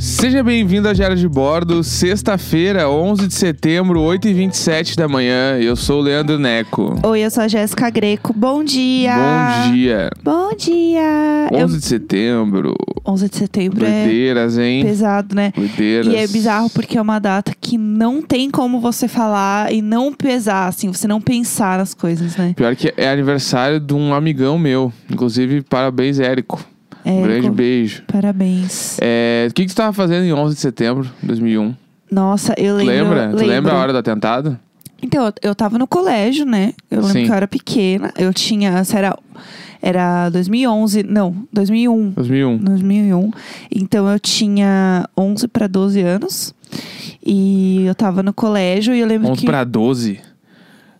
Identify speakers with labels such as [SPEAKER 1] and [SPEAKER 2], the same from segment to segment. [SPEAKER 1] Seja bem-vindo a Diário de Bordo, sexta-feira, 11 de setembro, 8h27 da manhã. Eu sou o Leandro Neco.
[SPEAKER 2] Oi, eu sou a Jéssica Greco. Bom dia!
[SPEAKER 1] Bom dia.
[SPEAKER 2] Bom dia!
[SPEAKER 1] 11
[SPEAKER 2] Eu-
[SPEAKER 1] de setembro.
[SPEAKER 2] 11 de setembro é
[SPEAKER 1] Doideiras, hein?
[SPEAKER 2] pesado, né?
[SPEAKER 1] Doideiras.
[SPEAKER 2] E é bizarro porque é uma data que não tem como você falar e não pesar, assim, você não pensar nas coisas, né?
[SPEAKER 1] Pior que é aniversário de um amigão meu. Inclusive, parabéns, Érico.
[SPEAKER 2] É,
[SPEAKER 1] Um grande
[SPEAKER 2] co-
[SPEAKER 1] beijo.
[SPEAKER 2] Parabéns.
[SPEAKER 1] É, o que, que tu tava fazendo em 11 de setembro de 2001?
[SPEAKER 2] Nossa, eu
[SPEAKER 1] Tu
[SPEAKER 2] lembro.
[SPEAKER 1] lembra? Tu lembra
[SPEAKER 2] lembro.
[SPEAKER 1] a hora do atentado?
[SPEAKER 2] Então, eu- eu tava no colégio, né? Eu lembro
[SPEAKER 1] Sim.
[SPEAKER 2] que eu era pequena. Eu tinha. se Era, era 2011. Não, 2001.
[SPEAKER 1] 2001.
[SPEAKER 2] 2001. Então eu tinha 11 para 12 anos. E eu tava no colégio e eu lembro
[SPEAKER 1] 11
[SPEAKER 2] que
[SPEAKER 1] pra 12.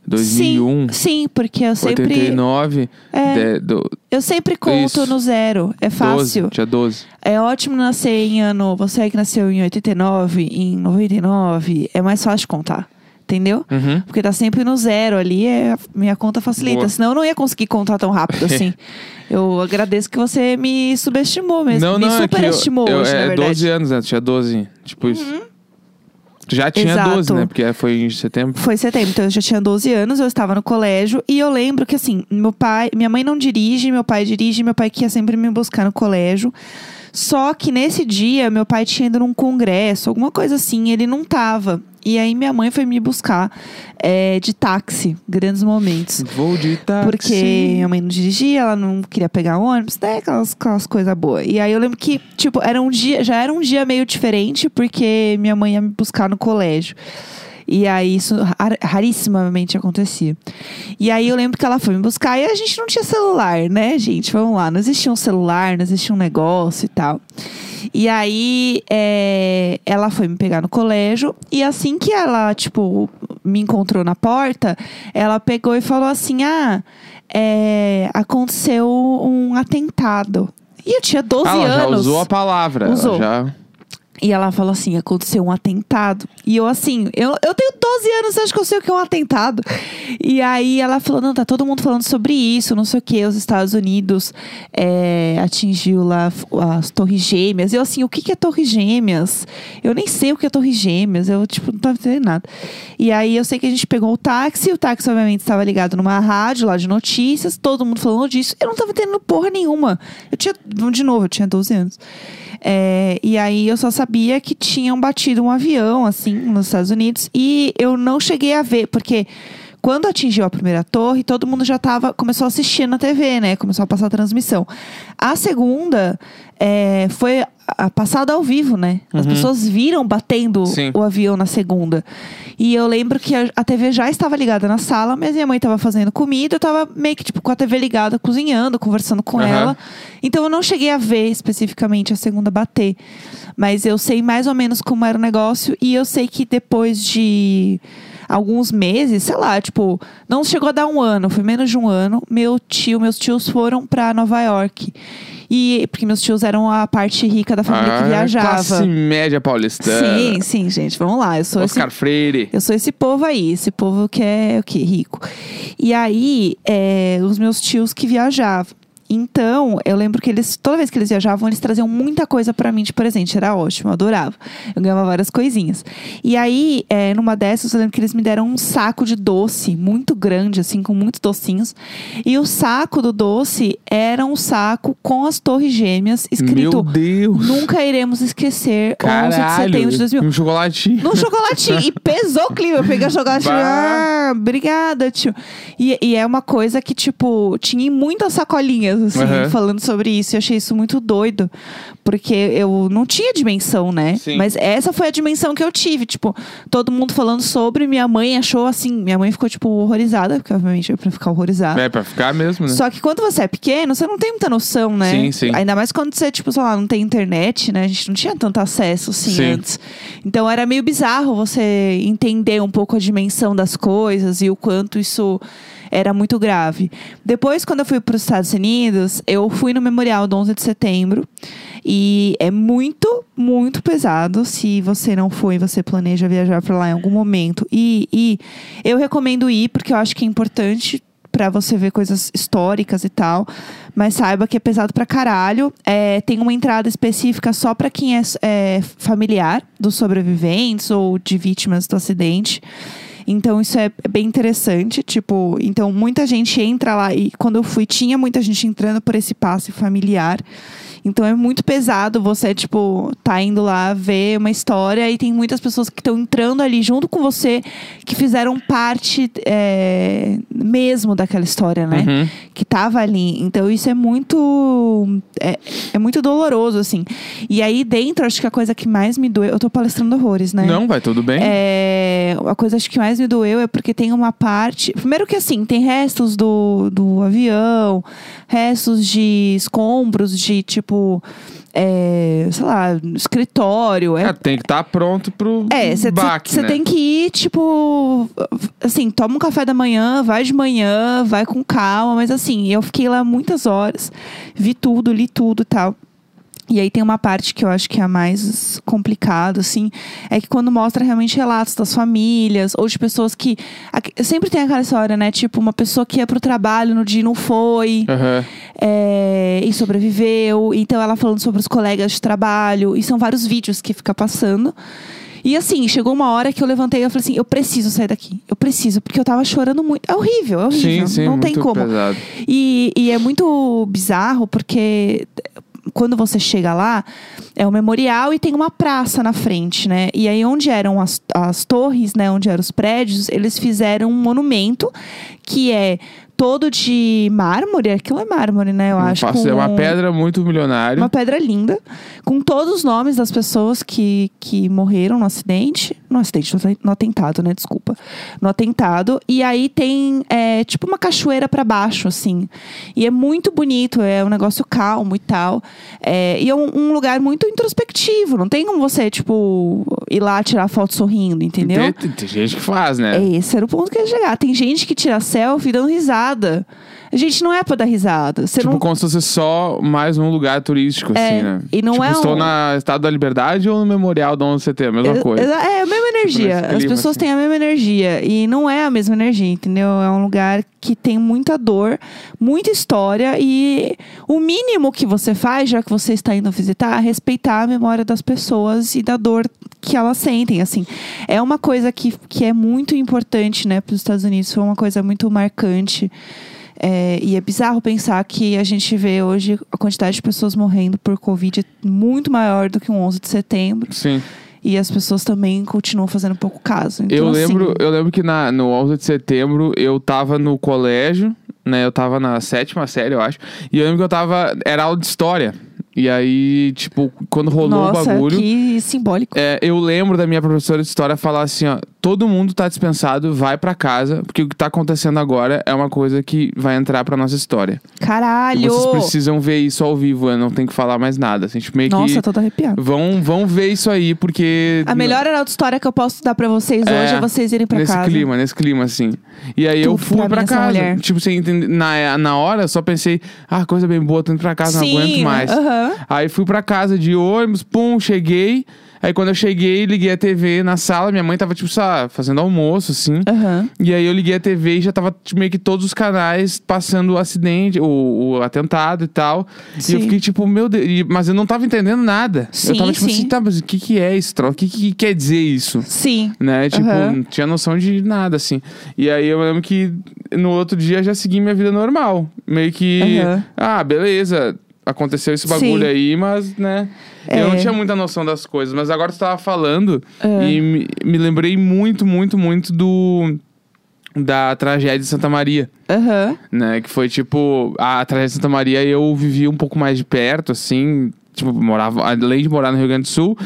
[SPEAKER 1] 2001.
[SPEAKER 2] Sim, sim, porque eu sempre
[SPEAKER 1] 89.
[SPEAKER 2] É.
[SPEAKER 1] de- do-
[SPEAKER 2] eu sempre conto
[SPEAKER 1] Isso.
[SPEAKER 2] no zero, é
[SPEAKER 1] 12,
[SPEAKER 2] fácil.
[SPEAKER 1] tinha 12.
[SPEAKER 2] É ótimo nascer em ano, você que nasceu em 89, em 99, é mais fácil contar. Entendeu?
[SPEAKER 1] Uhum.
[SPEAKER 2] Porque tá sempre no zero ali, é, minha conta facilita.
[SPEAKER 1] Boa.
[SPEAKER 2] Senão eu não ia conseguir contar tão rápido assim. eu agradeço que você me subestimou mesmo.
[SPEAKER 1] não,
[SPEAKER 2] me
[SPEAKER 1] não, é que eu-
[SPEAKER 2] superestimou
[SPEAKER 1] eu,
[SPEAKER 2] hoje,
[SPEAKER 1] é
[SPEAKER 2] na verdade. Uhum.
[SPEAKER 1] 12 anos, né? Tinha 12. Tipo isso. Já tinha
[SPEAKER 2] Exato.
[SPEAKER 1] 12, né? Porque foi em setembro.
[SPEAKER 2] Foi setembro, então eu já tinha 12 anos, eu estava no colégio e eu lembro que assim, meu pai, minha mãe não dirige, meu pai dirige, meu pai que ia sempre me buscar no colégio. Só que nesse dia meu pai tinha ido num congresso, alguma coisa assim, ele não tava. E aí minha mãe foi me buscar é, de táxi, grandes momentos.
[SPEAKER 1] Vou de táxi.
[SPEAKER 2] Porque minha mãe não dirigia, ela não queria pegar ônibus, né? Aquelas, aquelas coisas boas. E aí eu lembro que, tipo, era um dia, já era um dia meio diferente, porque minha mãe ia me buscar no colégio. E aí isso ra- rarissimamente acontecia. E aí eu lembro que ela foi me buscar e a gente não tinha celular, né, gente? Vamos lá, não existia um celular, não existia um negócio e tal. E aí é, ela foi me pegar no colégio e assim que ela, tipo, me encontrou na porta, ela pegou e falou assim: Ah, é, aconteceu um atentado. E eu tinha 12
[SPEAKER 1] ah, ela já
[SPEAKER 2] anos.
[SPEAKER 1] usou a palavra. ela
[SPEAKER 2] Usou.
[SPEAKER 1] já...
[SPEAKER 2] E ela falou assim: aconteceu um atentado. E eu, assim, eu, eu tenho 12 anos, acho que eu sei o que é um atentado. E aí ela falou: não, tá todo mundo falando sobre isso, não sei o que. Os Estados Unidos é, atingiu lá f- as Torres Gêmeas. Eu, assim, o que, que é Torres Gêmeas? Eu nem sei o que é Torres Gêmeas. Eu, tipo, não tava entendendo nada. E aí eu sei que a gente pegou o táxi, o táxi, obviamente, estava ligado numa rádio lá de notícias, todo mundo falando disso. Eu não tava entendendo porra nenhuma. Eu tinha, de novo, eu tinha 12 anos. É, e aí eu só sabia que tinham batido um avião, assim, nos Estados Unidos. E eu não cheguei a ver, porque quando atingiu a primeira torre, todo mundo já tava, começou a assistir na TV, né? Começou a passar a transmissão. A segunda é, foi a- passada ao vivo, né? As pessoas viram batendo
[SPEAKER 1] Sim.
[SPEAKER 2] o avião na segunda. E eu lembro que a, a TV já estava ligada na sala, mas minha mãe tava fazendo comida, eu tava meio que tipo com a TV ligada, cozinhando, conversando com
[SPEAKER 1] Aham.
[SPEAKER 2] ela. Então eu não cheguei a ver especificamente a segunda bater. Mas eu sei mais ou menos como era o negócio. E eu sei que depois de alguns meses, sei lá, tipo, não chegou a dar um ano, foi menos de um ano. Meu tio, meus tios foram pra Nova York. E porque meus tios eram a parte rica da família
[SPEAKER 1] Ah,
[SPEAKER 2] que viajava.
[SPEAKER 1] Classe média paulistana.
[SPEAKER 2] Sim, sim, gente. Vamos lá. Eu sou esse
[SPEAKER 1] Oscar Freire.
[SPEAKER 2] eu sou esse povo aí, esse povo que é o quê? Rico. E aí, é, os meus tios que viajavam. Então, eu lembro que eles, toda vez que eles viajavam, eles traziam muita coisa pra mim de presente. Era ótimo, eu adorava. Eu ganhava várias coisinhas. E aí, é, numa dessas, eu lembro que eles me deram um saco de doce muito grande, assim, com muitos docinhos. E o saco do doce era um saco com as torres gêmeas,
[SPEAKER 1] Meu
[SPEAKER 2] escrito
[SPEAKER 1] Deus.
[SPEAKER 2] Nunca iremos esquecer 11 de
[SPEAKER 1] Caralho.
[SPEAKER 2] setembro de 2000.
[SPEAKER 1] Um chocolatinho.
[SPEAKER 2] Num chocolatinho. e pesou o clima. Eu peguei o chocolatinho.
[SPEAKER 1] Bah.
[SPEAKER 2] Ah, obrigada, tio. E, e é uma coisa que, tipo, tinha em muitas sacolinhas, assim,
[SPEAKER 1] Aham.
[SPEAKER 2] falando sobre isso. Eu achei isso muito doido. Porque eu não tinha dimensão, né?
[SPEAKER 1] Sim.
[SPEAKER 2] Mas essa foi a dimensão que eu tive. Tipo, todo mundo falando sobre. Minha mãe achou assim. Minha mãe ficou, tipo, horrorizada. Porque, obviamente, é pra ficar horrorizada.
[SPEAKER 1] É, pra ficar mesmo, né?
[SPEAKER 2] Só que quando você é pequeno, você não tem muita noção, né?
[SPEAKER 1] Sim, sim.
[SPEAKER 2] Ainda mais quando você, tipo, sei lá, não tem internet, né? A gente não tinha tanto acesso assim
[SPEAKER 1] Sim.
[SPEAKER 2] antes. Então era meio bizarro você entender um pouco a dimensão das coisas e o quanto isso era muito grave. Depois, quando eu fui para os Estados Unidos, eu fui no memorial do 11 de setembro. E é muito, muito pesado. Se você não foi, você planeja viajar para lá em algum momento. E, e eu recomendo ir, porque eu acho que é importante pra você ver coisas históricas e tal. Mas saiba que é pesado pra caralho. É, tem uma entrada específica só pra quem é, é, familiar dos sobreviventes ou de vítimas do acidente. Então isso é bem interessante, tipo, então muita gente entra lá e quando eu fui tinha muita gente entrando por esse passe familiar. Então é muito pesado você, tipo, tá indo lá ver uma história e tem muitas pessoas que estão entrando ali junto com você que fizeram parte é, mesmo daquela história, né?
[SPEAKER 1] Uhum.
[SPEAKER 2] Que tava ali. Então isso é muito. É, é muito doloroso, assim. E aí dentro, acho que a coisa que mais me doeu. Eu tô palestrando horrores, né?
[SPEAKER 1] Não, vai tudo bem.
[SPEAKER 2] É, a coisa acho que mais me doeu é porque tem uma parte. Primeiro que assim, tem restos do, do avião, restos de escombros, de tipo. é, sei lá, escritório. É,
[SPEAKER 1] Ah, tem que estar pronto pro
[SPEAKER 2] é, você
[SPEAKER 1] baque, né?
[SPEAKER 2] tem que ir, tipo, assim, toma um café da manhã, vai de manhã, vai com calma, mas assim, eu fiquei lá muitas horas, vi tudo, li tudo e tal. E aí tem uma parte que eu acho que é a mais complicada, assim, é que quando mostra realmente relatos das famílias, ou de pessoas que. a- Sempre tem aquela história, né? Tipo, uma pessoa que ia pro trabalho no dia e não foi.
[SPEAKER 1] Aham.
[SPEAKER 2] É, e sobreviveu. Então, ela falando sobre os colegas de trabalho. E são vários vídeos que fica passando. E assim, chegou uma hora que eu levantei e eu falei assim: eu preciso sair daqui. Eu preciso, porque eu tava chorando muito. É horrível, é
[SPEAKER 1] Sim,
[SPEAKER 2] horrível.
[SPEAKER 1] sim,
[SPEAKER 2] não
[SPEAKER 1] muito
[SPEAKER 2] tem como.
[SPEAKER 1] pesado.
[SPEAKER 2] E, e é muito bizarro porque quando você chega lá, é um memorial e tem uma praça na frente, né? E aí, onde eram as, as torres, né? Onde eram os prédios, eles fizeram um monumento que é todo de mármore. Aquilo é mármore, né? Eu
[SPEAKER 1] Não
[SPEAKER 2] acho.
[SPEAKER 1] faço- É
[SPEAKER 2] com-
[SPEAKER 1] uma pedra muito milionária.
[SPEAKER 2] uma pedra linda, com todos os nomes das pessoas que, que morreram no acidente. No acidente, no aten- no atentado, né? Desculpa. No atentado. E aí tem, é, tipo, uma cachoeira pra baixo, assim. E é muito bonito, é um negócio calmo e tal. É, e é um, um lugar muito introspectivo. Não tem como você, tipo, ir lá tirar foto sorrindo, entendeu?
[SPEAKER 1] Tem, tem- tem gente que faz, né?
[SPEAKER 2] É, esse era o ponto que eu ia chegar. Tem gente que tira selfie dando risada. Gente, não é pra dar risada. Você
[SPEAKER 1] tipo,
[SPEAKER 2] não
[SPEAKER 1] como se fosse só mais um lugar turístico, assim, né?
[SPEAKER 2] e não
[SPEAKER 1] tipo,
[SPEAKER 2] é
[SPEAKER 1] estou
[SPEAKER 2] um-
[SPEAKER 1] na Estátua da Liberdade ou no Memorial do 11 de setembro? Mesma
[SPEAKER 2] Exa-
[SPEAKER 1] coisa. Tipo,
[SPEAKER 2] exa- É, a mesma energia.
[SPEAKER 1] nesse
[SPEAKER 2] As
[SPEAKER 1] clima,
[SPEAKER 2] pessoas
[SPEAKER 1] assim.
[SPEAKER 2] têm a mesma energia. E não é a mesma energia, entendeu? É um lugar que tem muita dor, muita história. E o mínimo que você faz, já que você está indo visitar, é respeitar a memória das pessoas e da dor que elas sentem. Assim, é uma coisa que, que é muito importante, né, para os Estados Unidos. Foi uma coisa muito marcante. É, e é bizarro pensar que a gente vê hoje a quantidade de pessoas morrendo por Covid é muito maior do que um 11 de setembro.
[SPEAKER 1] Sim.
[SPEAKER 2] E as pessoas também continuam fazendo pouco caso. Então,
[SPEAKER 1] eu,
[SPEAKER 2] assim,
[SPEAKER 1] lembro, eu lembro que na, no 11 de setembro eu tava no colégio, né? Eu tava na sétima série, eu acho. E eu lembro que eu tava. Era aula de história. E aí, tipo, quando rolou
[SPEAKER 2] nossa,
[SPEAKER 1] o bagulho.
[SPEAKER 2] que simbólico.
[SPEAKER 1] É, eu lembro da minha professora de história falar assim, ó, todo mundo tá dispensado, vai pra casa, porque o que tá acontecendo agora é uma coisa que vai entrar pra nossa história. E
[SPEAKER 2] Caralho!
[SPEAKER 1] É, Vocês precisam ver isso ao vivo, eu não tenho que falar mais nada. Assim, tipo, meio
[SPEAKER 2] Nossa,
[SPEAKER 1] que
[SPEAKER 2] tô toda arrepiada.
[SPEAKER 1] vão, vão ver isso aí, porque
[SPEAKER 2] A melhor arauto história que eu posso dar pra vocês
[SPEAKER 1] É,
[SPEAKER 2] hoje é vocês irem pra
[SPEAKER 1] nesse
[SPEAKER 2] casa.
[SPEAKER 1] clima, nesse clima, assim. E aí eu
[SPEAKER 2] Tudo
[SPEAKER 1] fui
[SPEAKER 2] pra
[SPEAKER 1] pra,
[SPEAKER 2] mim, essa
[SPEAKER 1] casa.
[SPEAKER 2] mulher.
[SPEAKER 1] Tipo, sem entender, na, na hora eu só pensei, ah, coisa bem boa, tô indo pra casa,
[SPEAKER 2] Sim,
[SPEAKER 1] não aguento mais.
[SPEAKER 2] aham.
[SPEAKER 1] Aí fui pra casa de ônibus, pum, cheguei. Aí quando eu cheguei, liguei a TV na sala, minha mãe tava, tipo, sei lá, fazendo almoço, assim.
[SPEAKER 2] Aham.
[SPEAKER 1] E aí eu liguei a TV e já tava tipo, meio que todos os canais passando o acidente, o, o atentado e tal. E
[SPEAKER 2] Sim.
[SPEAKER 1] eu fiquei tipo, meu Deus, e- mas eu não tava entendendo nada.
[SPEAKER 2] Sim,
[SPEAKER 1] eu tava tipo
[SPEAKER 2] sim.
[SPEAKER 1] assim, tá, mas o que que é isso, troca? O que que quer dizer isso?
[SPEAKER 2] Sim.
[SPEAKER 1] Né? Tipo,
[SPEAKER 2] Aham.
[SPEAKER 1] não tinha noção de nada, assim. E aí eu lembro que no outro dia já segui minha vida normal. Meio que,
[SPEAKER 2] Aham.
[SPEAKER 1] ah, beleza, aconteceu esse bagulho
[SPEAKER 2] Sim.
[SPEAKER 1] aí, mas, né? Eu
[SPEAKER 2] É.
[SPEAKER 1] não tinha muita noção das coisas, mas agora tu tava falando
[SPEAKER 2] É.
[SPEAKER 1] e me, me lembrei muito, muito, muito do. Da tragédia de Santa Maria,
[SPEAKER 2] Aham.
[SPEAKER 1] né? Que foi tipo, a tragédia de Santa Maria eu vivi um pouco mais de perto, assim. Tipo, morava, além de morar no Rio Grande do Sul,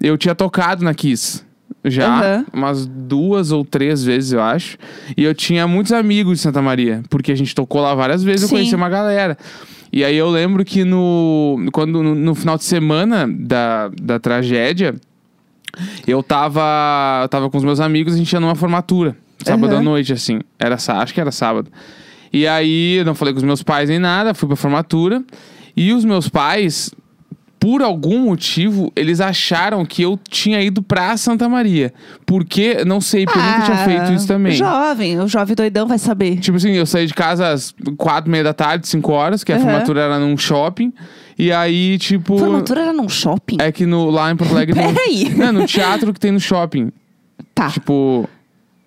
[SPEAKER 1] eu tinha tocado na Kiss já,
[SPEAKER 2] Aham.
[SPEAKER 1] umas duas ou três vezes, eu acho. E eu tinha muitos amigos de Santa Maria, porque a gente tocou lá várias vezes, eu
[SPEAKER 2] Sim.
[SPEAKER 1] conheci uma galera. E aí eu lembro que no, quando, no, no final de semana da, da tragédia, eu tava, eu tava com os meus amigos, a gente ia numa formatura, sábado
[SPEAKER 2] Aham.
[SPEAKER 1] à noite, assim. Era, sá- acho que era sábado. E aí eu não falei com os meus pais nem nada, fui pra formatura. E os meus pais por algum motivo, eles acharam que eu tinha ido pra Santa Maria. Por quê? Não sei, porque eu nunca
[SPEAKER 2] Ah,
[SPEAKER 1] tinha feito isso também.
[SPEAKER 2] Jovem, o jovem doidão vai saber.
[SPEAKER 1] Tipo assim, eu saí de casa às quatro, e meia da tarde, cinco horas, que a
[SPEAKER 2] Aham.
[SPEAKER 1] formatura era num shopping. E aí, tipo.
[SPEAKER 2] Formatura era num shopping?
[SPEAKER 1] É que no, lá em Porto Alegre. tem um-
[SPEAKER 2] Peraí.
[SPEAKER 1] Não, no teatro que tem no shopping.
[SPEAKER 2] Tá.
[SPEAKER 1] Tipo,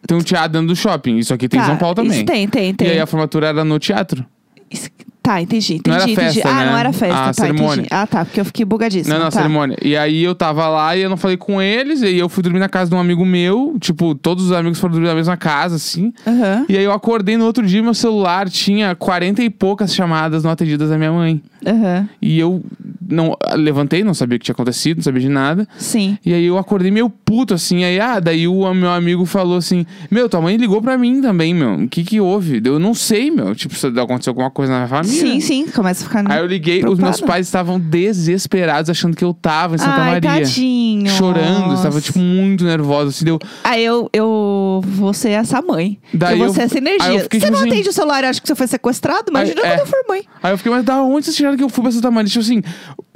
[SPEAKER 1] tem um teatro dentro do shopping. Isso aqui tem em
[SPEAKER 2] tá.
[SPEAKER 1] São Paulo também.
[SPEAKER 2] Isso tem, tem, tem.
[SPEAKER 1] E aí a formatura era no teatro.
[SPEAKER 2] Isso- Tá, entendi, entendi,
[SPEAKER 1] Não era
[SPEAKER 2] entendi.
[SPEAKER 1] festa,
[SPEAKER 2] ah,
[SPEAKER 1] né?
[SPEAKER 2] não era festa,
[SPEAKER 1] Ah,
[SPEAKER 2] tá,
[SPEAKER 1] cerimônia.
[SPEAKER 2] entendi. Ah, tá, porque eu fiquei bugadíssima.
[SPEAKER 1] Não, não,
[SPEAKER 2] tá.
[SPEAKER 1] né, cerimônia. E aí eu tava lá e eu não falei com eles. E aí eu fui dormir na casa de um amigo meu. Tipo, todos os amigos foram dormir na mesma casa, assim.
[SPEAKER 2] Aham,
[SPEAKER 1] E aí eu acordei no outro dia meu celular tinha 40 e poucas chamadas não atendidas da minha mãe.
[SPEAKER 2] aham.
[SPEAKER 1] E eu não ah, levantei, não sabia o que tinha acontecido, não sabia de nada.
[SPEAKER 2] Sim.
[SPEAKER 1] E aí eu acordei meio puto, assim. Aí, ah, daí o meu amigo falou assim: Meu, tua mãe ligou pra mim também, meu. O que que houve? Eu não sei, meu. Tipo, se aconteceu alguma coisa na minha família.
[SPEAKER 2] Sim, sim, começa a ficar.
[SPEAKER 1] Aí eu liguei, os meus
[SPEAKER 2] Preocupada.
[SPEAKER 1] pais estavam desesperados, achando que eu tava em Santa
[SPEAKER 2] Ai,
[SPEAKER 1] Maria.
[SPEAKER 2] tadinho.
[SPEAKER 1] Chorando, estava tipo muito nervoso, assim, deu.
[SPEAKER 2] Aí eu, eu vou ser essa mãe.
[SPEAKER 1] Daí
[SPEAKER 2] eu vou
[SPEAKER 1] eu-
[SPEAKER 2] ser essa
[SPEAKER 1] aí eu
[SPEAKER 2] energia.
[SPEAKER 1] fiquei,
[SPEAKER 2] Você
[SPEAKER 1] tipo
[SPEAKER 2] não
[SPEAKER 1] assim-
[SPEAKER 2] atende o celular, eu acho que você foi sequestrado? Imagina
[SPEAKER 1] Aí,
[SPEAKER 2] quando
[SPEAKER 1] é.
[SPEAKER 2] eu for mãe.
[SPEAKER 1] Aí eu fiquei, mas da onde vocês tiraram que eu fui pra Santa Maria? Tipo assim,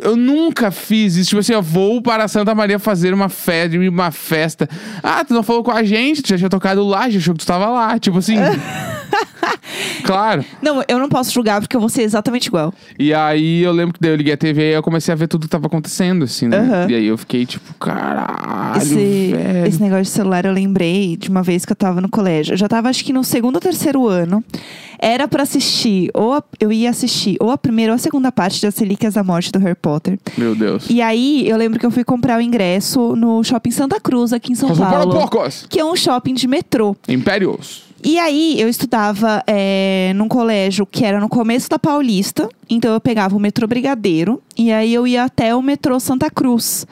[SPEAKER 1] eu nunca fiz isso. Tipo assim, eu vou para Santa Maria fazer uma festa, uma festa. Ah, tu não falou com a gente, tu já tinha tocado lá, já achou que tu tava lá. Tipo assim. claro.
[SPEAKER 2] Não, eu não posso julgar porque eu vou ser exatamente igual.
[SPEAKER 1] E aí eu lembro que daí eu liguei a TV e eu comecei a ver tudo que tava acontecendo, assim, né?
[SPEAKER 2] Aham.
[SPEAKER 1] E aí eu fiquei tipo, caralho,
[SPEAKER 2] Esse,
[SPEAKER 1] velho.
[SPEAKER 2] esse negócio de celular eu lembrei de uma vez que eu tava no colégio. Eu já tava, acho que no segundo ou terceiro ano. Era pra assistir, ou a- eu ia assistir, ou a primeira ou a segunda parte das Relíquias da Morte do Harry Potter.
[SPEAKER 1] Meu Deus.
[SPEAKER 2] E aí, eu lembro que eu fui comprar o ingresso no Shopping Santa Cruz, aqui em São
[SPEAKER 1] São Paulo
[SPEAKER 2] Paulo.
[SPEAKER 1] Porcos.
[SPEAKER 2] Que é um shopping de metrô.
[SPEAKER 1] Impérios.
[SPEAKER 2] E aí, eu estudava é, num colégio que era no começo da Paulista. Então, eu pegava o metrô Brigadeiro. E aí, eu ia até o metrô Santa Cruz.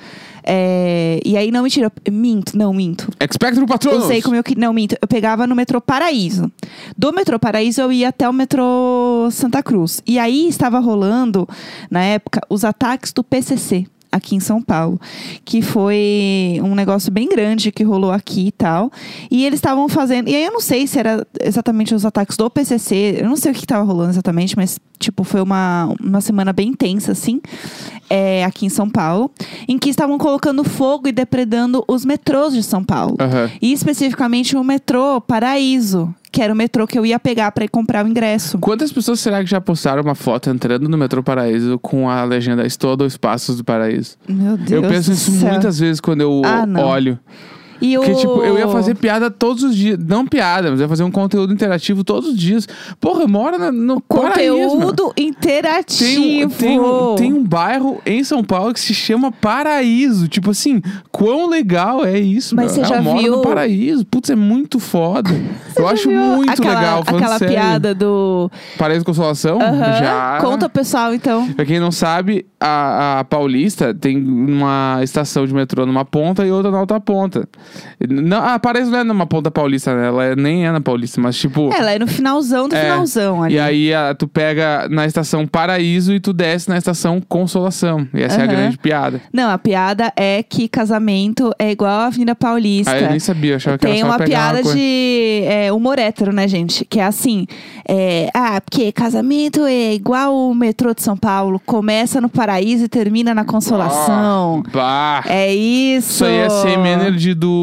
[SPEAKER 2] É, e aí, não, mentira. eu- Minto, não, minto.
[SPEAKER 1] Expectro
[SPEAKER 2] Eu
[SPEAKER 1] Patronos.
[SPEAKER 2] sei como eu... que- Não, minto. Eu pegava no metrô Paraíso. Do metrô Paraíso, eu ia até o metrô Santa Cruz. E aí, estava rolando, na época, os ataques do PCC. Aqui em São Paulo, que foi um negócio bem grande que rolou aqui e tal. E eles estavam fazendo. E aí eu não sei se era exatamente os ataques do PCC, eu não sei o que estava rolando exatamente, mas, tipo, foi uma, uma semana bem intensa, assim, é, aqui em São Paulo, em que estavam colocando fogo e depredando os metrôs de São Paulo.
[SPEAKER 1] Aham.
[SPEAKER 2] E especificamente o metrô Paraíso, que era o metrô que eu ia pegar pra ir comprar o ingresso.
[SPEAKER 1] Quantas pessoas será que já postaram uma foto entrando no metrô Paraíso com a legenda Estou a dois passos do paraíso?
[SPEAKER 2] Meu Deus.
[SPEAKER 1] eu penso
[SPEAKER 2] do
[SPEAKER 1] isso
[SPEAKER 2] céu.
[SPEAKER 1] muitas vezes quando eu
[SPEAKER 2] Ah, não.
[SPEAKER 1] olho.
[SPEAKER 2] E
[SPEAKER 1] Porque,
[SPEAKER 2] o-
[SPEAKER 1] tipo, eu ia fazer piada todos os dias. Não piada, mas eu ia fazer um conteúdo interativo todos os dias. Porra, mora na- no Paraíso. meu.
[SPEAKER 2] conteúdo
[SPEAKER 1] Tem um,
[SPEAKER 2] interativo.
[SPEAKER 1] tem, um, tem um bairro em São Paulo que se chama Paraíso. Tipo assim, quão legal é isso,
[SPEAKER 2] Mas
[SPEAKER 1] meu?
[SPEAKER 2] você
[SPEAKER 1] eu
[SPEAKER 2] já
[SPEAKER 1] moro no
[SPEAKER 2] viu-
[SPEAKER 1] Paraíso. Putz, é muito foda. eu acho
[SPEAKER 2] Viu?
[SPEAKER 1] muito
[SPEAKER 2] aquela,
[SPEAKER 1] legal, falando
[SPEAKER 2] Aquela
[SPEAKER 1] sério.
[SPEAKER 2] piada do.
[SPEAKER 1] Paraíso Consolação?
[SPEAKER 2] Aham.
[SPEAKER 1] Já.
[SPEAKER 2] Conta, pessoal, então.
[SPEAKER 1] Pra quem não sabe, a, a Paulista tem uma estação de metrô numa ponta e outra na outra ponta. Não, a Paraíso não é numa ponta paulista, né? Ela é- nem é na Paulista, mas tipo.
[SPEAKER 2] Ela é no finalzão do
[SPEAKER 1] É.
[SPEAKER 2] finalzão ali.
[SPEAKER 1] E aí a- tu pega na estação Paraíso e tu desce na estação Consolação. E essa é a
[SPEAKER 2] Aham.
[SPEAKER 1] grande piada.
[SPEAKER 2] Não, a piada é que casamento é igual a Avenida Paulista.
[SPEAKER 1] Aí Ah, eu nem sabia, eu achava que era
[SPEAKER 2] Tem
[SPEAKER 1] só
[SPEAKER 2] uma
[SPEAKER 1] pegar
[SPEAKER 2] piada
[SPEAKER 1] coisa.
[SPEAKER 2] de é, humor hétero, né, gente? Que é assim: é, ah, porque casamento é igual o metrô de São Paulo, começa no paraíso e termina na consolação.
[SPEAKER 1] Ah, bah.
[SPEAKER 2] É isso.
[SPEAKER 1] Isso aí é same energy do,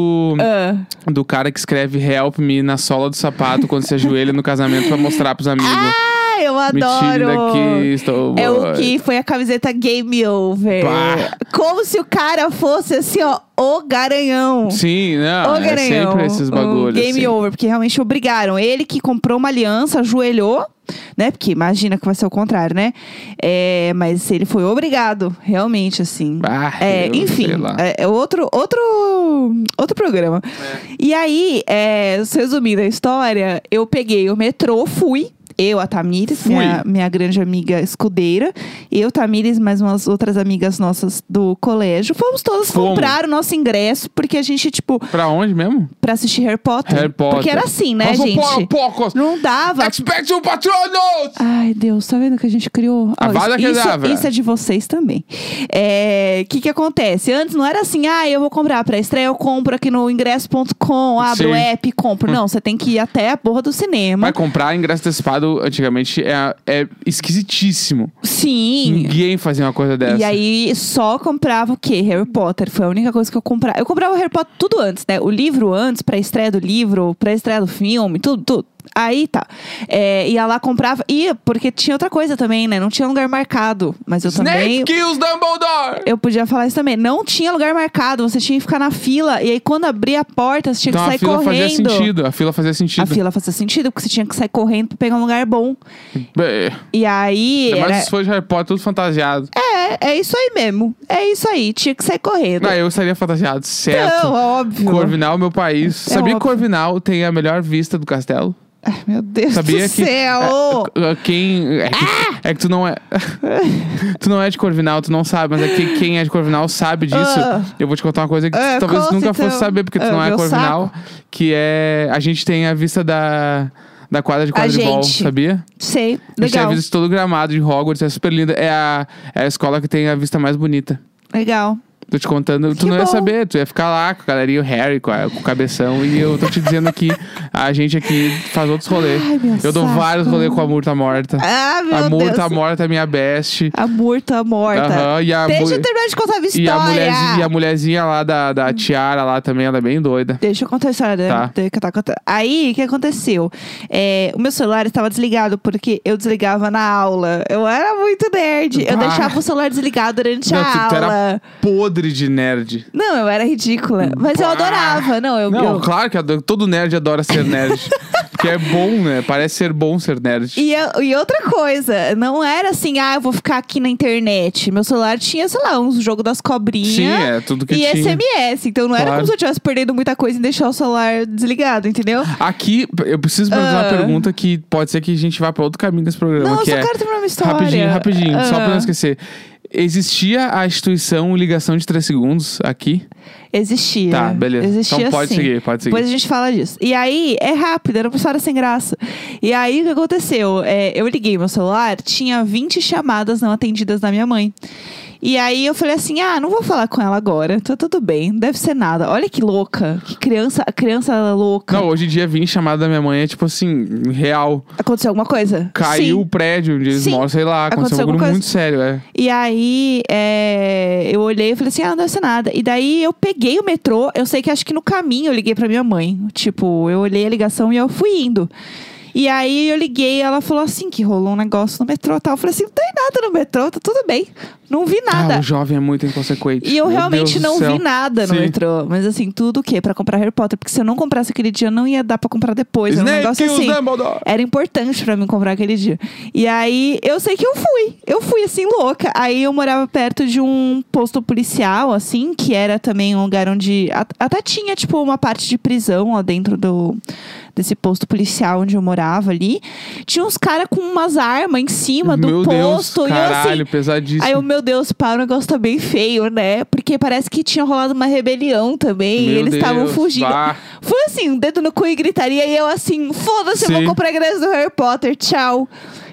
[SPEAKER 2] Ah.
[SPEAKER 1] do cara que escreve help me na sola do sapato quando se ajoelha no casamento pra mostrar pros amigos.
[SPEAKER 2] Ah, eu
[SPEAKER 1] Me tire
[SPEAKER 2] adoro.
[SPEAKER 1] daqui, estou
[SPEAKER 2] É o que foi a camiseta Game Over.
[SPEAKER 1] Bah.
[SPEAKER 2] Como se o cara fosse assim, ó, o garanhão.
[SPEAKER 1] Sim, não,
[SPEAKER 2] Ô,
[SPEAKER 1] é
[SPEAKER 2] Garanhão,
[SPEAKER 1] sempre esses
[SPEAKER 2] o
[SPEAKER 1] bagulhos.
[SPEAKER 2] Game
[SPEAKER 1] assim.
[SPEAKER 2] over, porque realmente obrigaram. Ele que comprou uma aliança, ajoelhou, né? Porque imagina que vai ser o contrário, né? É, mas ele foi obrigado, realmente, assim.
[SPEAKER 1] Ah,
[SPEAKER 2] É,
[SPEAKER 1] eu
[SPEAKER 2] enfim,
[SPEAKER 1] sei lá.
[SPEAKER 2] é, é outro, outro, outro programa. E aí, é, resumindo a história, eu peguei o metrô, fui. Eu, a Tamires,
[SPEAKER 1] Fui.
[SPEAKER 2] minha, minha grande amiga escudeira. Eu, Tamires, mais umas outras amigas nossas do colégio. Fomos todas
[SPEAKER 1] Fomos.
[SPEAKER 2] comprar o nosso ingresso, porque a gente, tipo,
[SPEAKER 1] Pra onde mesmo?
[SPEAKER 2] pra assistir Harry Potter.
[SPEAKER 1] Harry Potter.
[SPEAKER 2] Porque era assim, né,
[SPEAKER 1] Nós somos
[SPEAKER 2] gente?
[SPEAKER 1] poucos.
[SPEAKER 2] Não dava.
[SPEAKER 1] Expecto patronos!
[SPEAKER 2] Ai, Deus, tá vendo que a gente criou?
[SPEAKER 1] A
[SPEAKER 2] Ó,
[SPEAKER 1] Vada
[SPEAKER 2] isso,
[SPEAKER 1] Kedavra.
[SPEAKER 2] isso, isso é de vocês também. É, O que que acontece? Antes não era assim, ah, eu vou comprar pra estreia, eu compro aqui no ingresso.com, abro
[SPEAKER 1] Sim.
[SPEAKER 2] o
[SPEAKER 1] Hum.
[SPEAKER 2] app, compro. Não, você tem que ir até a borra do cinema.
[SPEAKER 1] Vai comprar ingresso antecipado atentado, antigamente, é, é esquisitíssimo.
[SPEAKER 2] Sim.
[SPEAKER 1] Ninguém fazia uma coisa dessa.
[SPEAKER 2] E aí só comprava o quê? Harry Potter. Foi a única coisa que eu comprava. Eu comprava o Harry Potter tudo antes, né? O livro antes, pra estreia do livro, pra estreia do filme, tudo, tudo. Aí tá. É, ia lá, comprava. E porque tinha outra coisa também, né? Não tinha lugar marcado. Mas eu também.
[SPEAKER 1] Snake kills Dumbledore!
[SPEAKER 2] Eu podia falar isso também. Não tinha lugar marcado, você tinha que ficar na fila. E aí, quando abria a porta, você tinha
[SPEAKER 1] Então
[SPEAKER 2] que
[SPEAKER 1] a
[SPEAKER 2] sair
[SPEAKER 1] fila
[SPEAKER 2] correndo.
[SPEAKER 1] fazia sentido. A fila fazia sentido.
[SPEAKER 2] A fila fazia sentido, porque você tinha que sair correndo pra pegar um lugar bom.
[SPEAKER 1] Bem,
[SPEAKER 2] E aí.
[SPEAKER 1] ainda mais
[SPEAKER 2] era-
[SPEAKER 1] se foi de Harry Potter, tudo fantasiado.
[SPEAKER 2] É, é isso aí mesmo. É isso aí. Tinha que sair correndo.
[SPEAKER 1] Ah, eu estaria fantasiado, certo.
[SPEAKER 2] né? Não, é óbvio.
[SPEAKER 1] Corvinal, meu país.
[SPEAKER 2] É
[SPEAKER 1] Sabia
[SPEAKER 2] óbvio.
[SPEAKER 1] que Corvinal tem a melhor vista do castelo?
[SPEAKER 2] Ai, meu Deus
[SPEAKER 1] Sabia
[SPEAKER 2] do
[SPEAKER 1] que.
[SPEAKER 2] céu!
[SPEAKER 1] É, é, quem. É que,
[SPEAKER 2] Ah!
[SPEAKER 1] é que tu não é. tu não é de Corvinal, tu não sabe, mas é que quem é de Corvinal sabe disso.
[SPEAKER 2] Ah.
[SPEAKER 1] Eu vou te contar uma coisa que
[SPEAKER 2] Ah,
[SPEAKER 1] tu talvez
[SPEAKER 2] conta,
[SPEAKER 1] nunca
[SPEAKER 2] então.
[SPEAKER 1] fosse saber, porque tu
[SPEAKER 2] Ah,
[SPEAKER 1] não é
[SPEAKER 2] meu
[SPEAKER 1] Corvinal. Que é. A gente tem a vista da. Da quadra de
[SPEAKER 2] A
[SPEAKER 1] quadribol,
[SPEAKER 2] gente.
[SPEAKER 1] sabia?
[SPEAKER 2] Sei,
[SPEAKER 1] A gente tem a
[SPEAKER 2] legal.
[SPEAKER 1] vista de todo o gramado de Hogwarts, é super linda. É a, é a escola que tem a vista mais bonita.
[SPEAKER 2] Legal.
[SPEAKER 1] Tô te contando, tu
[SPEAKER 2] Que
[SPEAKER 1] não ia
[SPEAKER 2] bom.
[SPEAKER 1] saber, tu ia ficar lá com a galerinha, o Harry, com, a- com o cabeção, e eu tô te dizendo que a gente aqui faz outros rolês.
[SPEAKER 2] Ai, meu
[SPEAKER 1] eu dou
[SPEAKER 2] saco.
[SPEAKER 1] vários rolês com a Murta Morta.
[SPEAKER 2] Ah, meu
[SPEAKER 1] a Murta
[SPEAKER 2] Deus.
[SPEAKER 1] Morta é minha best.
[SPEAKER 2] A Murta morta.
[SPEAKER 1] Aham, e a
[SPEAKER 2] Deixa
[SPEAKER 1] mu-
[SPEAKER 2] eu terminar de contar a minha
[SPEAKER 1] e,
[SPEAKER 2] história.
[SPEAKER 1] a mulherzinha, e a mulherzinha lá da, da Tiara lá também, ela é bem doida.
[SPEAKER 2] Deixa eu contar a história
[SPEAKER 1] Tá.
[SPEAKER 2] da da- que eu tava contando. Aí, o que aconteceu? É, o meu celular estava desligado, porque eu desligava na aula. Eu era muito nerd.
[SPEAKER 1] Ah.
[SPEAKER 2] Eu deixava o celular desligado durante
[SPEAKER 1] Não,
[SPEAKER 2] a
[SPEAKER 1] tu, tu
[SPEAKER 2] aula.
[SPEAKER 1] era podre de nerd.
[SPEAKER 2] Não, eu era ridícula. Mas eu
[SPEAKER 1] Bah.
[SPEAKER 2] adorava. Não, eu,
[SPEAKER 1] Não,
[SPEAKER 2] eu-
[SPEAKER 1] claro que ado- todo nerd adora ser nerd. porque é bom, né? Parece ser bom ser nerd.
[SPEAKER 2] E, eu- e outra coisa, não era assim, ah, eu vou ficar aqui na internet. Meu celular tinha, sei lá, uns jogo das cobrinhas.
[SPEAKER 1] Sim, é tudo que
[SPEAKER 2] e
[SPEAKER 1] tinha.
[SPEAKER 2] SMS, então não era
[SPEAKER 1] Claro.
[SPEAKER 2] como se eu tivesse perdendo muita coisa em deixar o celular desligado, entendeu?
[SPEAKER 1] Aqui, eu preciso perguntar
[SPEAKER 2] Ah.
[SPEAKER 1] uma pergunta que pode ser que a gente vá pra outro caminho desse programa.
[SPEAKER 2] não, eu
[SPEAKER 1] que
[SPEAKER 2] só
[SPEAKER 1] é...
[SPEAKER 2] quero terminar uma história.
[SPEAKER 1] Rapidinho, rapidinho, só pra
[SPEAKER 2] Ah.
[SPEAKER 1] não esquecer. Existia a instituição ligação de 3 segundos aqui?
[SPEAKER 2] Existia.
[SPEAKER 1] Tá, beleza.
[SPEAKER 2] Existia
[SPEAKER 1] Então pode
[SPEAKER 2] sim.
[SPEAKER 1] seguir, pode seguir.
[SPEAKER 2] Depois a gente fala disso. E aí, é rápido, era uma história sem graça. E aí, o que aconteceu? É, eu liguei meu celular, tinha 20 chamadas não atendidas da minha mãe. E aí eu falei assim, ah, não vou falar com ela agora, tá tudo bem, deve ser nada. Olha que louca, que criança, criança louca.
[SPEAKER 1] Não, hoje em dia vim chamada da minha mãe é tipo assim, real.
[SPEAKER 2] Aconteceu alguma coisa?
[SPEAKER 1] Caiu
[SPEAKER 2] Sim.
[SPEAKER 1] o prédio onde eles
[SPEAKER 2] Sim.
[SPEAKER 1] moram, sei lá, aconteceu,
[SPEAKER 2] Aconteceu
[SPEAKER 1] algo
[SPEAKER 2] alguma
[SPEAKER 1] muito sério, é.
[SPEAKER 2] E aí, é, eu olhei e falei assim: ah, não deve ser nada. E daí eu peguei o metrô. Eu sei que acho que no caminho eu liguei pra minha mãe. Tipo, eu olhei a ligação e eu fui indo. E aí eu liguei e ela falou assim: que rolou um negócio no metrô e tal. Eu falei assim: não tem nada no metrô, tá tudo bem. Não vi
[SPEAKER 1] Ah,
[SPEAKER 2] nada.
[SPEAKER 1] o jovem é muito inconsequente.
[SPEAKER 2] E eu
[SPEAKER 1] Meu
[SPEAKER 2] realmente
[SPEAKER 1] Deus do
[SPEAKER 2] não
[SPEAKER 1] céu.
[SPEAKER 2] vi nada no
[SPEAKER 1] Sim.
[SPEAKER 2] metrô. Mas assim, tudo o quê? Pra comprar Harry Potter. Porque se eu não comprasse aquele dia, não ia dar pra comprar depois. Era um
[SPEAKER 1] Snake
[SPEAKER 2] negócio
[SPEAKER 1] kills
[SPEAKER 2] assim.
[SPEAKER 1] Dumbledore.
[SPEAKER 2] Era importante pra mim comprar aquele dia. E aí, eu sei que eu fui. Eu fui, assim, louca. Aí eu morava perto de um posto policial, assim, que era também um lugar onde... a- Até tinha, tipo, uma parte de prisão lá dentro do... Desse posto policial onde eu morava ali. Tinha uns caras com umas armas em cima do
[SPEAKER 1] Meu
[SPEAKER 2] posto.
[SPEAKER 1] Deus,
[SPEAKER 2] e eu, assim,
[SPEAKER 1] caralho, pesadíssimo.
[SPEAKER 2] Aí eu, meu Deus, pá, o negócio tá bem feio, né? Porque parece que tinha rolado uma rebelião também. e
[SPEAKER 1] Meu
[SPEAKER 2] eles estavam
[SPEAKER 1] Deus,
[SPEAKER 2] fugindo.
[SPEAKER 1] bah.
[SPEAKER 2] Foi assim, um dedo no cu e gritaria. E eu assim, foda-se, eu vou
[SPEAKER 1] Sim.
[SPEAKER 2] comprar ingresso do Harry Potter, tchau.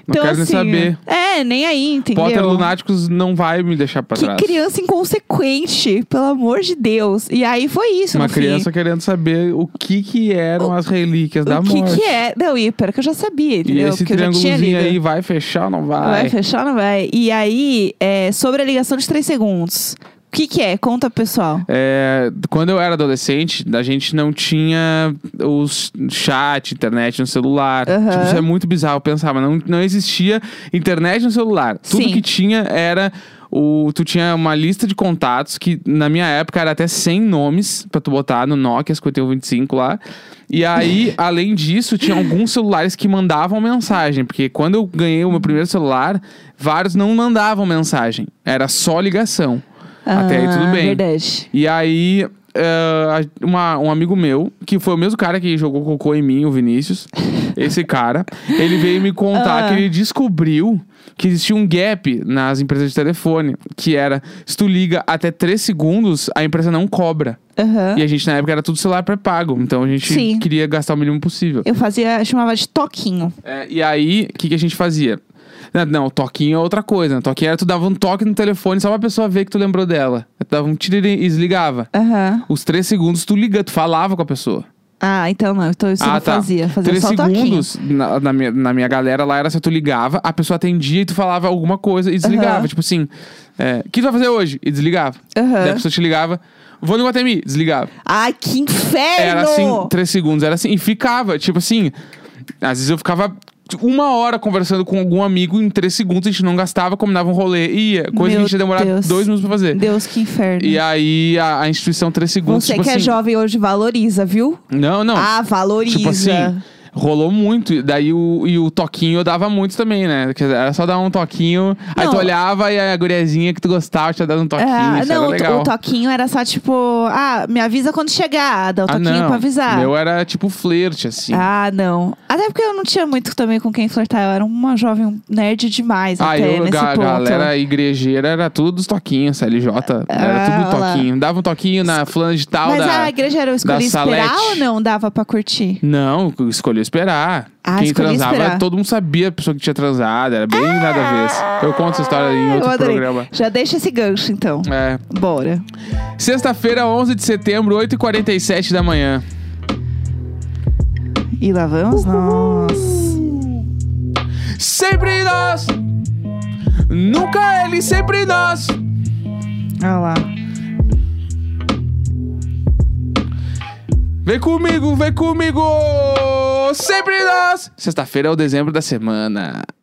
[SPEAKER 2] então
[SPEAKER 1] quero nem
[SPEAKER 2] assim.
[SPEAKER 1] saber.
[SPEAKER 2] É, nem aí, entendeu?
[SPEAKER 1] Potter Lunáticos não vai me deixar pra
[SPEAKER 2] que
[SPEAKER 1] trás.
[SPEAKER 2] criança inconsequente, pelo amor de Deus. E aí foi isso,
[SPEAKER 1] Uma
[SPEAKER 2] no fim.
[SPEAKER 1] criança querendo saber o que que eram as relíquias da
[SPEAKER 2] O que
[SPEAKER 1] morte.
[SPEAKER 2] que é? Não, e pior que eu já sabia,
[SPEAKER 1] E
[SPEAKER 2] entendeu?
[SPEAKER 1] esse
[SPEAKER 2] Porque eu já tinha
[SPEAKER 1] triângulozinho
[SPEAKER 2] lido.
[SPEAKER 1] aí vai fechar ou não
[SPEAKER 2] Vai fechar ou não vai? E aí, é, sobre a ligação de três segundos. O que que é? Conta, pro pessoal.
[SPEAKER 1] É, quando eu era adolescente, a gente não tinha os chat, internet no celular.
[SPEAKER 2] Aham.
[SPEAKER 1] Tipo, isso é muito bizarro pensar, mas não, não existia internet no celular.
[SPEAKER 2] Sim.
[SPEAKER 1] Tudo que tinha era. O, tu tinha uma lista de contatos que na minha época era até 100 nomes pra tu botar no Nokia 5125 lá. E aí, além disso, tinha alguns celulares que mandavam mensagem. Porque quando eu ganhei o meu primeiro celular, vários não mandavam mensagem. Era só ligação. Até aí tudo
[SPEAKER 2] Ah,
[SPEAKER 1] bem.
[SPEAKER 2] Verdade.
[SPEAKER 1] E aí, eh, a- uma- um amigo meu, que foi o mesmo cara que jogou cocô em mim, o Vinícius, esse cara, ele veio me contar
[SPEAKER 2] Ah.
[SPEAKER 1] que ele descobriu que existia um gap nas empresas de telefone, que era, se tu liga até 3 segundos, a empresa não cobra.
[SPEAKER 2] Aham.
[SPEAKER 1] E a gente, na época, era tudo celular pré-pago, então a gente
[SPEAKER 2] Sim.
[SPEAKER 1] queria gastar o mínimo possível.
[SPEAKER 2] Eu fazia, chamava de toquinho.
[SPEAKER 1] É, e aí, o que, que a gente fazia? Não, Não, toquinho é outra coisa. né? Toquinho era tu dava um toque no telefone só pra pessoa ver que tu lembrou dela. Tu dava um tiro e desligava.
[SPEAKER 2] Aham.
[SPEAKER 1] Os três segundos tu liga, tu falava com a pessoa.
[SPEAKER 2] Ah, então não. Então isso eu não fazia. Fazia
[SPEAKER 1] tá. Três
[SPEAKER 2] só o toquinho.
[SPEAKER 1] segundos na, na minha, na minha galera lá era se tu ligava, a pessoa atendia e tu falava alguma coisa e desligava.
[SPEAKER 2] Aham.
[SPEAKER 1] Tipo assim, é, o que tu vai fazer hoje? E desligava.
[SPEAKER 2] Aham.
[SPEAKER 1] Daí a pessoa te ligava, vou no Guatemi, desligava.
[SPEAKER 2] Ai, que
[SPEAKER 1] Era
[SPEAKER 2] inferno!
[SPEAKER 1] assim, três segundos, era assim, e ficava, tipo assim, às vezes eu ficava uma hora conversando com algum amigo em três segundos, a gente não gastava, combinava um rolê e ia. Coisa que a
[SPEAKER 2] Meu
[SPEAKER 1] gente ia demorar
[SPEAKER 2] Deus.
[SPEAKER 1] dois minutos pra fazer.
[SPEAKER 2] Deus, que inferno.
[SPEAKER 1] E aí a, a instituição três segundos,
[SPEAKER 2] Você
[SPEAKER 1] tipo
[SPEAKER 2] que é
[SPEAKER 1] assim.
[SPEAKER 2] jovem hoje valoriza, viu?
[SPEAKER 1] Não, não.
[SPEAKER 2] Ah, valoriza.
[SPEAKER 1] Tipo assim, rolou muito. E Daí o, e o toquinho eu dava muito também, né? Quer dizer, era só dar um toquinho. Aí
[SPEAKER 2] Não.
[SPEAKER 1] tu olhava e a guriazinha que tu gostava tinha dado um toquinho.
[SPEAKER 2] Ah,
[SPEAKER 1] isso era
[SPEAKER 2] não, o to-
[SPEAKER 1] legal.
[SPEAKER 2] o toquinho era só tipo, ah, me avisa quando chegar, dá o
[SPEAKER 1] ah,
[SPEAKER 2] toquinho
[SPEAKER 1] não.
[SPEAKER 2] pra avisar.
[SPEAKER 1] Meu era tipo flerte, assim.
[SPEAKER 2] Ah, não. Até porque eu não tinha muito também com quem flertar. Eu era uma jovem nerd demais
[SPEAKER 1] Ah,
[SPEAKER 2] até
[SPEAKER 1] eu,
[SPEAKER 2] nesse
[SPEAKER 1] ga-
[SPEAKER 2] ponto.
[SPEAKER 1] galera igrejeira era tudo dos toquinhos, CLJ.
[SPEAKER 2] Ah,
[SPEAKER 1] era tudo
[SPEAKER 2] olha lá.
[SPEAKER 1] toquinho. Dava um toquinho na fulana de tal.
[SPEAKER 2] Mas
[SPEAKER 1] da...
[SPEAKER 2] a igreja era eu
[SPEAKER 1] da
[SPEAKER 2] escolhi esperar
[SPEAKER 1] Salete.
[SPEAKER 2] ou não dava pra curtir?
[SPEAKER 1] Não, escolheu esperar.
[SPEAKER 2] Ah,
[SPEAKER 1] Quem
[SPEAKER 2] escolhi
[SPEAKER 1] transava,
[SPEAKER 2] esperar.
[SPEAKER 1] todo mundo sabia a pessoa que tinha transado. Era bem nada a ver. Eu conto essa história em
[SPEAKER 2] Ah, eu
[SPEAKER 1] outro
[SPEAKER 2] adorei.
[SPEAKER 1] programa.
[SPEAKER 2] Já deixa esse gancho, então.
[SPEAKER 1] É.
[SPEAKER 2] Bora.
[SPEAKER 1] Sexta-feira, 11 de setembro, 8h47 da manhã.
[SPEAKER 2] E lá vamos nós.
[SPEAKER 1] Sempre nós! Nunca ele, sempre nós!
[SPEAKER 2] Olha lá.
[SPEAKER 1] Vem comigo, vem comigo! Sempre nós! Sexta-feira é o dezembro da semana.